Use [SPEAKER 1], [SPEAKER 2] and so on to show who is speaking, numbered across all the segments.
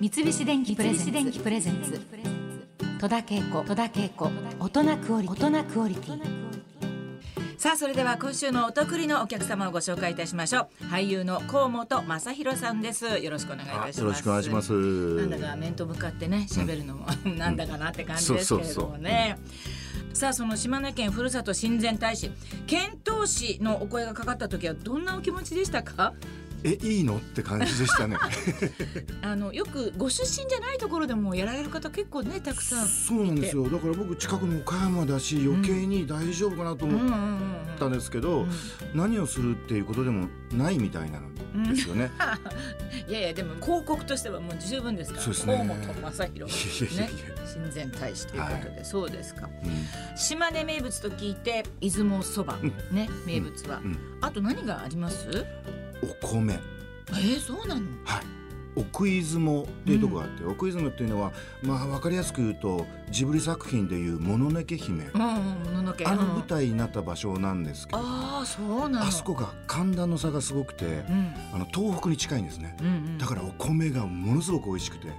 [SPEAKER 1] 三菱電機プレゼンツ戸田恵子戸田恵子大人クオリティ大人クオリティ
[SPEAKER 2] さあそれでは今週のお得りのお客様をご紹介いたしましょう俳優の河本正弘さんですよろしくお願いいたします
[SPEAKER 3] よろしくお願いします
[SPEAKER 2] なんだか面と向かってね喋るのもなんだかなって感じですけれどもねさあその島根県ふるさと親善大使遣唐使のお声がかかった時はどんなお気持ちでしたか
[SPEAKER 3] えいいのって感じで したね
[SPEAKER 2] あのよくご出身じゃないところでもやられる方結構ねたくさん
[SPEAKER 3] そうなんですよだから僕近くの岡山だし余計に大丈夫かなと思ったんですけど、何をするっていうことでもないみたいなんですよね、
[SPEAKER 2] いやいやでも広告としてはもう十分ですから
[SPEAKER 3] そうですね
[SPEAKER 2] 河本正弘
[SPEAKER 3] いやいや
[SPEAKER 2] ね
[SPEAKER 3] いやい
[SPEAKER 2] 親善大使ということで、そうですか
[SPEAKER 3] うん
[SPEAKER 2] 島根名物と聞いて出雲そば、ね名物は、
[SPEAKER 3] うん
[SPEAKER 2] あと何があります
[SPEAKER 3] お米
[SPEAKER 2] えー、そうなの
[SPEAKER 3] はい奥出雲っていうとこがあって、奥出雲っていうのはまあ分かりやすく言うとジブリ作品でいう「もののけ姫」
[SPEAKER 2] うんうんもののけ
[SPEAKER 3] あの
[SPEAKER 2] うん
[SPEAKER 3] 舞台になった場所なんですけど、
[SPEAKER 2] ああそうなの
[SPEAKER 3] あそこが寒暖の差がすごくて、
[SPEAKER 2] うん
[SPEAKER 3] あの東北に近いんですね、
[SPEAKER 2] うんうん
[SPEAKER 3] だからお米がものすごく美味しくて
[SPEAKER 2] へ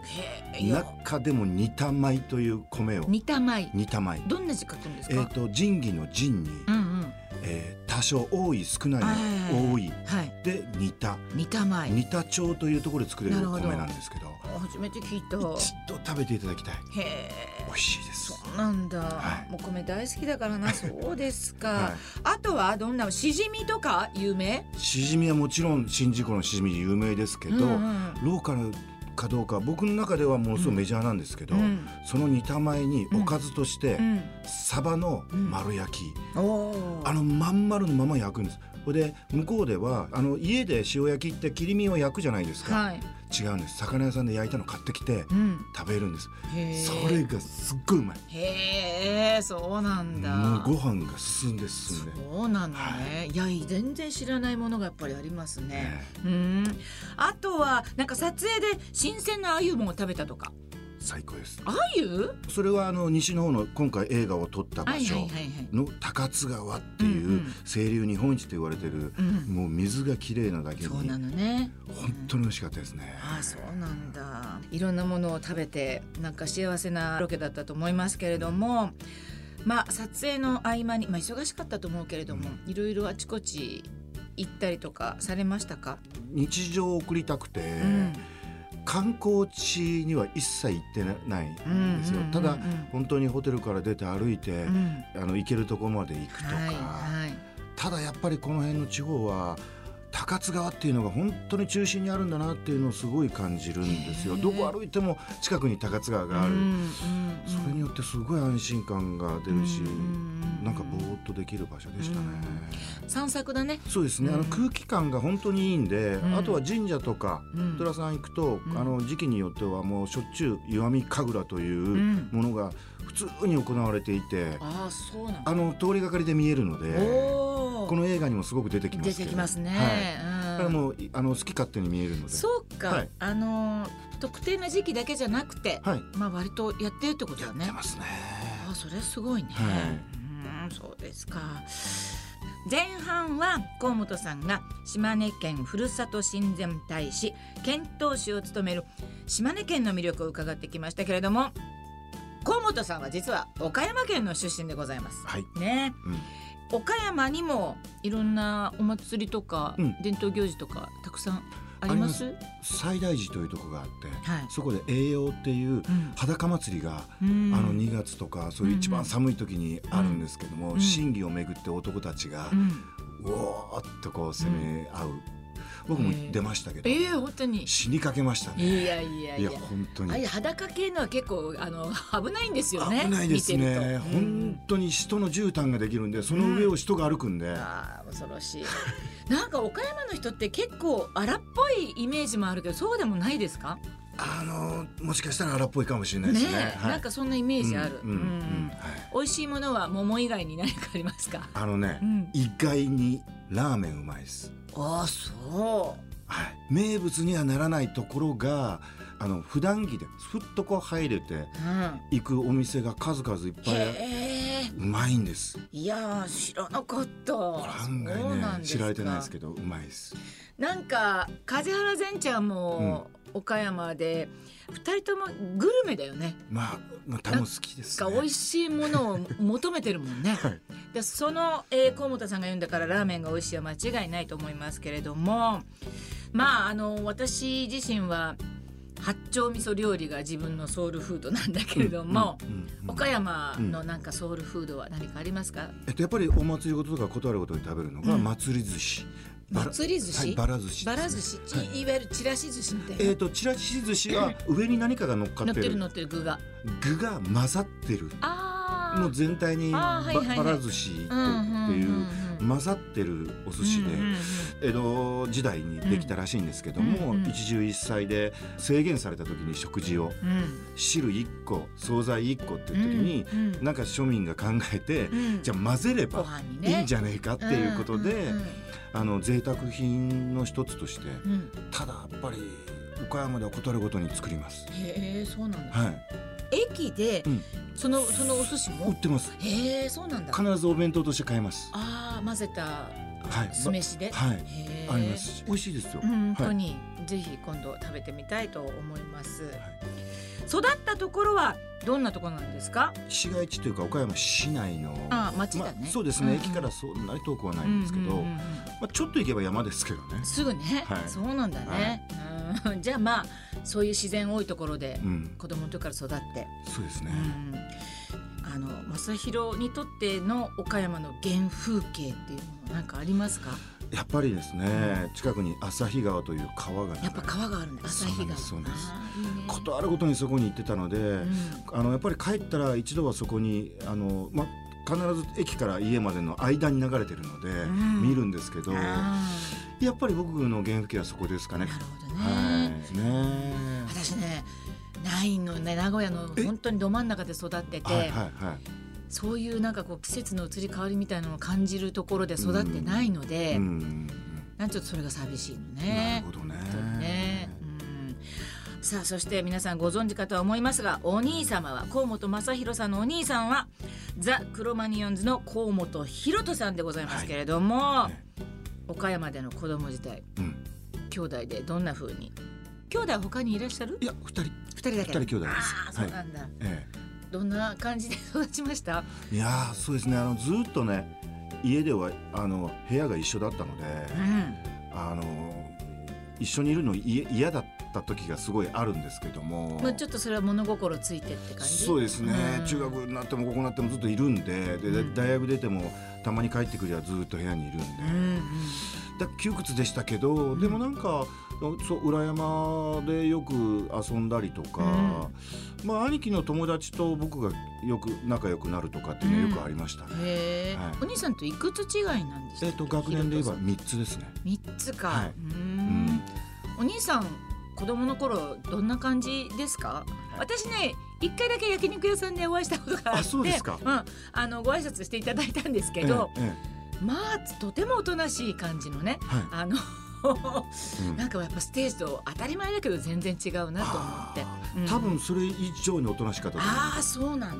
[SPEAKER 2] えいや
[SPEAKER 3] 中でも煮た米という米を
[SPEAKER 2] 煮たまい
[SPEAKER 3] 煮た米
[SPEAKER 2] どんな字書くんです
[SPEAKER 3] えっ、
[SPEAKER 2] か、
[SPEAKER 3] と仁義の仁に、
[SPEAKER 2] うんうん
[SPEAKER 3] えー多少多い少ない
[SPEAKER 2] はい
[SPEAKER 3] の多い
[SPEAKER 2] はい
[SPEAKER 3] で煮た
[SPEAKER 2] 煮たまい
[SPEAKER 3] 煮た町というところで作れ
[SPEAKER 2] な
[SPEAKER 3] る
[SPEAKER 2] る
[SPEAKER 3] お
[SPEAKER 2] ほど
[SPEAKER 3] 米なんですけど
[SPEAKER 2] 初めて聞いた
[SPEAKER 3] 一度食べていただきたい
[SPEAKER 2] へえ
[SPEAKER 3] 美味しいです
[SPEAKER 2] そうなんだ、
[SPEAKER 3] はい
[SPEAKER 2] もう米大好きだ からなそうですか、
[SPEAKER 3] は
[SPEAKER 2] あとはどんなしじみとか有名
[SPEAKER 3] しじみはもちろん宍道湖のしじみで有名ですけど、
[SPEAKER 2] うんうん
[SPEAKER 3] ローカルかどうか僕の中ではものすごくメジャーなんですけど、
[SPEAKER 2] うん
[SPEAKER 3] その煮た米におかずとして、
[SPEAKER 2] うん
[SPEAKER 3] サバの丸焼き、
[SPEAKER 2] おお
[SPEAKER 3] あのまん丸のまま焼くんですこれで向こうではあの家で塩焼きって切り身を焼くじゃないですか、
[SPEAKER 2] はい、
[SPEAKER 3] 違うんです魚屋さんで焼いたの買ってきて
[SPEAKER 2] うん、
[SPEAKER 3] 食べるんです、
[SPEAKER 2] へえ
[SPEAKER 3] それがすっごいうまい
[SPEAKER 2] へえそうなんだ
[SPEAKER 3] もうご飯が進んで進んで
[SPEAKER 2] そうなのね、い、や全然知らないものがやっぱりありますね、うんあとはなんか撮影で新鮮な鮎も食べたとか
[SPEAKER 3] 最高です
[SPEAKER 2] 鮎
[SPEAKER 3] それはあの西の方の今回映画を撮った
[SPEAKER 2] は
[SPEAKER 3] 場
[SPEAKER 2] いはい
[SPEAKER 3] 所
[SPEAKER 2] はいはい
[SPEAKER 3] の高津川ってい
[SPEAKER 2] うんう
[SPEAKER 3] うん清流日本一と言われてる
[SPEAKER 2] うん
[SPEAKER 3] もう水がきれいなだけに
[SPEAKER 2] そうな
[SPEAKER 3] 本
[SPEAKER 2] のね
[SPEAKER 3] 当に美味しかったですね
[SPEAKER 2] ああそうなんだいろんなものを食べてなんか幸せなロケだったと思いますけれどもまあ撮影の合間に、まあ、忙しかったと思うけれども、いろいろあちこち行ったりとかされましたか、
[SPEAKER 3] 日常を送りたくて、
[SPEAKER 2] うん
[SPEAKER 3] 観光地には一切行ってないんです
[SPEAKER 2] う
[SPEAKER 3] よ、
[SPEAKER 2] んうんうんうん
[SPEAKER 3] ただ本当にホテルから出て歩いて、
[SPEAKER 2] うん
[SPEAKER 3] あの行けるとこまで行くとか、
[SPEAKER 2] はいはい
[SPEAKER 3] ただやっぱりこの辺の地方は高津川っていうのが本当に中心にあるんだなっていうのをすごい感じるんですよ
[SPEAKER 2] へえ
[SPEAKER 3] どこ歩いても近くに高津川がある、
[SPEAKER 2] うんうん
[SPEAKER 3] それによってすごい安心感が出るし、
[SPEAKER 2] うんうんうん
[SPEAKER 3] なんかぼーっとできる場所でしたね、
[SPEAKER 2] 散策だね
[SPEAKER 3] そうですね、あ
[SPEAKER 2] う
[SPEAKER 3] の
[SPEAKER 2] ん
[SPEAKER 3] 空気感が本当にいいんで、
[SPEAKER 2] ん
[SPEAKER 3] あとは神社とか
[SPEAKER 2] うん
[SPEAKER 3] 寺さん行くと、
[SPEAKER 2] うん
[SPEAKER 3] あの時期によってはもうしょっちゅう石見神楽とい
[SPEAKER 2] ん
[SPEAKER 3] うものが普通に行われていて、
[SPEAKER 2] ああそうなんだ
[SPEAKER 3] あの通りがかりで見えるので
[SPEAKER 2] おお
[SPEAKER 3] この映画にもすごく出てきます
[SPEAKER 2] 出
[SPEAKER 3] けど
[SPEAKER 2] てきますね、
[SPEAKER 3] はいだか
[SPEAKER 2] う
[SPEAKER 3] ら
[SPEAKER 2] ん
[SPEAKER 3] もういあの好き勝手に見えるので
[SPEAKER 2] そうか、
[SPEAKER 3] はい
[SPEAKER 2] あのー特定な時期だけじゃなくて、
[SPEAKER 3] はい
[SPEAKER 2] まあ割とやってるってことだね
[SPEAKER 3] 出。ますね
[SPEAKER 2] あ、それすごいね。
[SPEAKER 3] は
[SPEAKER 2] うーん、そうですか。前半は河本さんが島根県ふるさと親善大使遣唐使を務める島根県の魅力を伺ってきましたけれども河本さんは実は岡山県の出身でございます。
[SPEAKER 3] はい
[SPEAKER 2] ね、岡山にもいろんなお祭りとか、
[SPEAKER 3] うん
[SPEAKER 2] 伝統行事とかたくさんあります
[SPEAKER 3] あ西大寺というとこがあって、
[SPEAKER 2] はい
[SPEAKER 3] そこで栄養っていう裸祭りが、
[SPEAKER 2] うん
[SPEAKER 3] あの2月とかそういう一番寒い時にあるんですけども、
[SPEAKER 2] うん
[SPEAKER 3] 真偽をめぐって男たちが
[SPEAKER 2] う、ん
[SPEAKER 3] うおーっとこう攻め合う、僕も出ましたけど、
[SPEAKER 2] ええ本当に。い
[SPEAKER 3] 死にかけましたね
[SPEAKER 2] やいやいや。
[SPEAKER 3] 本当
[SPEAKER 2] ああい
[SPEAKER 3] に
[SPEAKER 2] う裸系のは結構あの 危ないんですよね。
[SPEAKER 3] 危ないです
[SPEAKER 2] 見て
[SPEAKER 3] ね
[SPEAKER 2] るとうん
[SPEAKER 3] 本当に人の絨毯ができるんでその上を人が歩くんで、
[SPEAKER 2] ああ恐ろしい。 なんか岡山の人って結構荒っぽいイメージもあるけどそうでもないですか？
[SPEAKER 3] あのもしかしたら荒っぽいかもしれないで
[SPEAKER 2] ね
[SPEAKER 3] すね
[SPEAKER 2] え、
[SPEAKER 3] はい
[SPEAKER 2] なんかそんなイメージある。
[SPEAKER 3] うんうんうん
[SPEAKER 2] うん
[SPEAKER 3] はい
[SPEAKER 2] 美味しいものは桃以外に何かありますか？
[SPEAKER 3] あのね、
[SPEAKER 2] うん
[SPEAKER 3] 意外にラーメンうまいです、
[SPEAKER 2] ああそ
[SPEAKER 3] はい、名物にはならないところがあの普段着でふっとこう入れて
[SPEAKER 2] う。うん。
[SPEAKER 3] 行くお店が数々いっぱい
[SPEAKER 2] へえ。
[SPEAKER 3] うまいんです
[SPEAKER 2] いやー知らなかった。
[SPEAKER 3] 案外
[SPEAKER 2] そうなん
[SPEAKER 3] ね
[SPEAKER 2] ですか
[SPEAKER 3] 知られてないですけどうまいです
[SPEAKER 2] なんか梶原善ちゃんも、岡山で二人ともグルメだよね
[SPEAKER 3] まあ、まあ、多分好きです、
[SPEAKER 2] が
[SPEAKER 3] ね。
[SPEAKER 2] 美味しいものを求めてるもんね。
[SPEAKER 3] はい
[SPEAKER 2] でその、えー、河本さんが言うんだからラーメンが美味しいは間違いないと思いますけれどもまああの私自身は八丁味噌料理が自分のソウルフードなんだけれども、
[SPEAKER 3] うんうんうん
[SPEAKER 2] 岡山のなんかソウルフードは何かありますか、
[SPEAKER 3] えっと、やっぱりお祭りごととか断るごとに食べるのが
[SPEAKER 2] うん
[SPEAKER 3] 祭り寿司。ばら
[SPEAKER 2] 祭り寿司
[SPEAKER 3] はい、ばら寿司ですね、
[SPEAKER 2] ばら寿司、ち
[SPEAKER 3] はい
[SPEAKER 2] い、わゆるちらし寿司みたいな、
[SPEAKER 3] えっ、と、ちらし寿司が上に何かが乗っかっ
[SPEAKER 2] 乗っててる
[SPEAKER 3] る。
[SPEAKER 2] 乗ってる具が
[SPEAKER 3] 具が混ざってる。
[SPEAKER 2] あー
[SPEAKER 3] もう全体に
[SPEAKER 2] あ
[SPEAKER 3] ば
[SPEAKER 2] ーはいはいはい
[SPEAKER 3] ばら寿司っていう混ざってるお寿司で。
[SPEAKER 2] うんうんうん
[SPEAKER 3] 江戸時代にできたらしいんですけども、
[SPEAKER 2] うんうん
[SPEAKER 3] 一汁一菜で制限された時に食事を
[SPEAKER 2] うん
[SPEAKER 3] 汁1個惣菜1個っていう時に、
[SPEAKER 2] うん
[SPEAKER 3] なんか庶民が考えて、
[SPEAKER 2] うん
[SPEAKER 3] じゃあ混ぜれ
[SPEAKER 2] ご
[SPEAKER 3] ば
[SPEAKER 2] 飯に
[SPEAKER 3] い
[SPEAKER 2] ね
[SPEAKER 3] いんじゃねえかっていうことで、
[SPEAKER 2] うんうん
[SPEAKER 3] あの贅沢品の一つとして
[SPEAKER 2] うんうん
[SPEAKER 3] ただやっぱり岡山では断るごとに作ります。
[SPEAKER 2] へえそうなんだ、
[SPEAKER 3] はい、
[SPEAKER 2] 駅で、
[SPEAKER 3] うん
[SPEAKER 2] そのそのお寿司
[SPEAKER 3] 売
[SPEAKER 2] も
[SPEAKER 3] ってます。
[SPEAKER 2] へえそうなんだ
[SPEAKER 3] 必ずお弁当として買えます。
[SPEAKER 2] ああ混ぜた
[SPEAKER 3] はい
[SPEAKER 2] 酢飯で、
[SPEAKER 3] はい、
[SPEAKER 2] へえ
[SPEAKER 3] ありますし。美味しいですよ。
[SPEAKER 2] うん本当
[SPEAKER 3] はい、
[SPEAKER 2] に、ぜひ今度食べてみたいと思います、
[SPEAKER 3] い
[SPEAKER 2] 育ったところはどんなところなんですか
[SPEAKER 3] 市街地というか岡山市内の。
[SPEAKER 2] あー町だね、
[SPEAKER 3] まあ、そうですね、
[SPEAKER 2] んん
[SPEAKER 3] 駅からそんなに遠くはないんですけど、
[SPEAKER 2] うんうんうんうん
[SPEAKER 3] まあ、ちょっと行けば山ですけどね、
[SPEAKER 2] すぐね、
[SPEAKER 3] はい
[SPEAKER 2] そうなんだね、うん じゃあまあそういう自然多いところで
[SPEAKER 3] うん、
[SPEAKER 2] 子供の時から育って
[SPEAKER 3] そうですね、
[SPEAKER 2] うんあの正弘にとっての岡山の原風景っていうのはなんかありますか？
[SPEAKER 3] やっぱりですね近くに旭川という川が流れ
[SPEAKER 2] やっぱ川があるね。朝日が。
[SPEAKER 3] そうなんです
[SPEAKER 2] あーいいね
[SPEAKER 3] ことあるごとにそこに行ってたので、あのやっぱり帰ったら一度はそこにあの、ま、必ず駅から家までの間に流れてるので、
[SPEAKER 2] ん
[SPEAKER 3] 見るんですけど
[SPEAKER 2] うん
[SPEAKER 3] や
[SPEAKER 2] あ
[SPEAKER 3] っぱり僕の原付はそこですか
[SPEAKER 2] ーな
[SPEAKER 3] ね
[SPEAKER 2] る。ほど
[SPEAKER 3] は
[SPEAKER 2] ね。
[SPEAKER 3] いね
[SPEAKER 2] 私ね。ナインのね名古屋の
[SPEAKER 3] え
[SPEAKER 2] 本当にど真ん中で育ってて、
[SPEAKER 3] はいはいはい
[SPEAKER 2] そういうなんかこう季節の移り変わりみたいなのを感じるところで育ってないので、
[SPEAKER 3] うん
[SPEAKER 2] なんかちょっとそれが寂しいの
[SPEAKER 3] なる
[SPEAKER 2] ね。
[SPEAKER 3] ほどね
[SPEAKER 2] 本当にね。うんさあそして皆さんご存知かとは思いますがお兄様は河本正弘さんのお兄さんはザ・クロマニヨンズの河本博人さんでございますけれども、
[SPEAKER 3] いね
[SPEAKER 2] 岡山での子供時代
[SPEAKER 3] うん、
[SPEAKER 2] 兄弟でどんな風に兄弟他にいらっしゃる
[SPEAKER 3] いや二人
[SPEAKER 2] 二人だけ
[SPEAKER 3] 二人兄弟です
[SPEAKER 2] ああそうなんだ、
[SPEAKER 3] え
[SPEAKER 2] どんな感じで育ちました
[SPEAKER 3] え、いやーそうですねあのずーっとね家ではあの部屋が一緒だったので、
[SPEAKER 2] うん
[SPEAKER 3] あの一緒にいるのい嫌だった時がすごいあるんですけども
[SPEAKER 2] まあちょっとそれは物心ついてって感じ
[SPEAKER 3] そうですね、
[SPEAKER 2] うん
[SPEAKER 3] 中学になってもここになってもずっといるんでで、
[SPEAKER 2] うん
[SPEAKER 3] 大学出てもたまに帰ってくりゃずーっと部屋にいるんで、
[SPEAKER 2] うんうん
[SPEAKER 3] だ窮屈でしたけど、でもなんかそう裏山でよく遊んだりとか、まあ兄貴の友達と僕がよく仲良くなるとかっていうのはよくありましたね。
[SPEAKER 2] へえ、
[SPEAKER 3] はい
[SPEAKER 2] お兄さんといくつ違いなんですか
[SPEAKER 3] えっと学年で言え
[SPEAKER 2] 博人さ
[SPEAKER 3] ば
[SPEAKER 2] ん
[SPEAKER 3] 三つですね。
[SPEAKER 2] 三つか、
[SPEAKER 3] はいう
[SPEAKER 2] ーんお兄さん子供の頃どんな感じですか私ね一回だけ焼肉屋さんでお会いしたことがあって
[SPEAKER 3] あそうですか
[SPEAKER 2] ん、あのご挨拶していただいたんですけど、
[SPEAKER 3] えええ
[SPEAKER 2] まあとてもおとなしい感じのね
[SPEAKER 3] えはい。
[SPEAKER 2] あの
[SPEAKER 3] うん
[SPEAKER 2] なんかやっぱステージと当たり前だけど全然違うなと思って
[SPEAKER 3] あ
[SPEAKER 2] うん
[SPEAKER 3] ー多分それ以上におとなしかったと思いま
[SPEAKER 2] ああそうなんだね、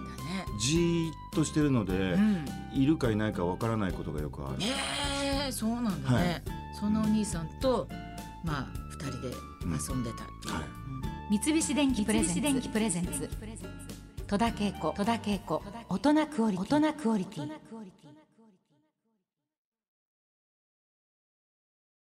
[SPEAKER 3] す。じーっとしてるので、
[SPEAKER 2] うん、
[SPEAKER 3] いるかいないかわからないことがよくある。
[SPEAKER 2] えー、そうなんだね、
[SPEAKER 3] はい
[SPEAKER 2] そんなお兄さんとまあ二人で遊んでたっていう、
[SPEAKER 3] はい
[SPEAKER 2] うん
[SPEAKER 1] 三菱電機プレゼンツ
[SPEAKER 4] 三菱電機プレゼンツ
[SPEAKER 1] 戸田恵子戸田恵子大人クオリティ大人クオリティ